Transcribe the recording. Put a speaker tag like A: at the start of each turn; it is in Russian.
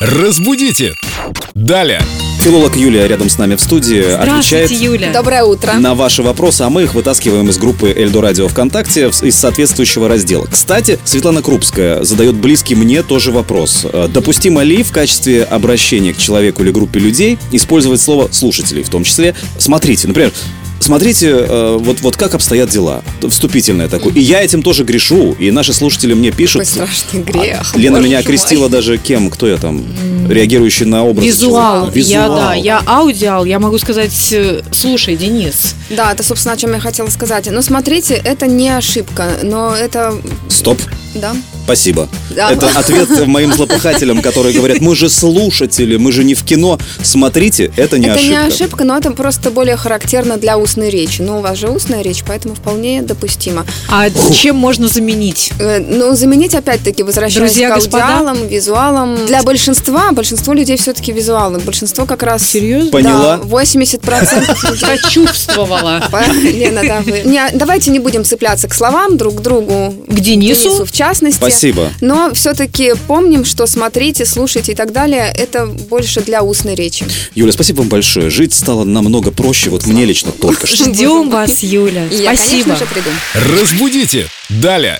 A: Разбудите! Далее!
B: Филолог Юлия рядом с нами в студии
C: Здравствуйте,
B: отвечает
C: Юля.
D: Доброе утро.
B: на ваши вопросы, а мы их вытаскиваем из группы Эльдо Радио ВКонтакте в- из соответствующего раздела. Кстати, Светлана Крупская задает близкий мне тоже вопрос. Э, Допустимо ли в качестве обращения к человеку или группе людей использовать слово «слушателей», в том числе «смотрите». Например, Смотрите, э, вот, вот как обстоят дела. Вступительное такое. И я этим тоже грешу, и наши слушатели мне пишут.
D: Какой страшный грех.
B: а Лена
D: Боже
B: меня
D: мой.
B: окрестила даже кем, кто я там, реагирующий на образ.
C: Визуал.
B: человека.
C: Я,
B: Визуал.
C: да, я аудиал. Я могу сказать, э, слушай, Денис,
D: Да, это, собственно, о чем я хотела сказать. Но смотрите, это не ошибка, но это...
B: Стоп.
D: Да.
B: Спасибо.
D: Да.
B: Это ответ моим злопыхателям, которые говорят, мы же слушатели, мы же не в кино. Смотрите, это не
D: это
B: ошибка.
D: не ошибка, но это просто более характерно для устной речи. Но у вас же устная речь, поэтому вполне допустимо.
C: а чем можно заменить?
D: Э, Но заменить, опять-таки, возвращаясь
C: Друзья,
D: к
C: господа.
D: аудиалам, визуалам. Для большинства, большинство людей все-таки визуалы. Большинство как раз...
C: Серьезно?
B: Поняла?
D: Да, 80% людей.
C: Прочувствовала.
D: Лена, да, вы. Не, давайте не будем цепляться к словам друг к другу.
C: К Денису?
D: в частности.
B: Спасибо.
D: Но все-таки помним, что смотрите, слушайте и так далее, это больше для устной речи.
B: Юля, спасибо вам большое. Жить стало намного проще, вот мне лично только что.
C: Ждем вас, Юля.
D: И я,
C: Спасибо.
D: конечно же, приду.
A: Разбудите! Далее!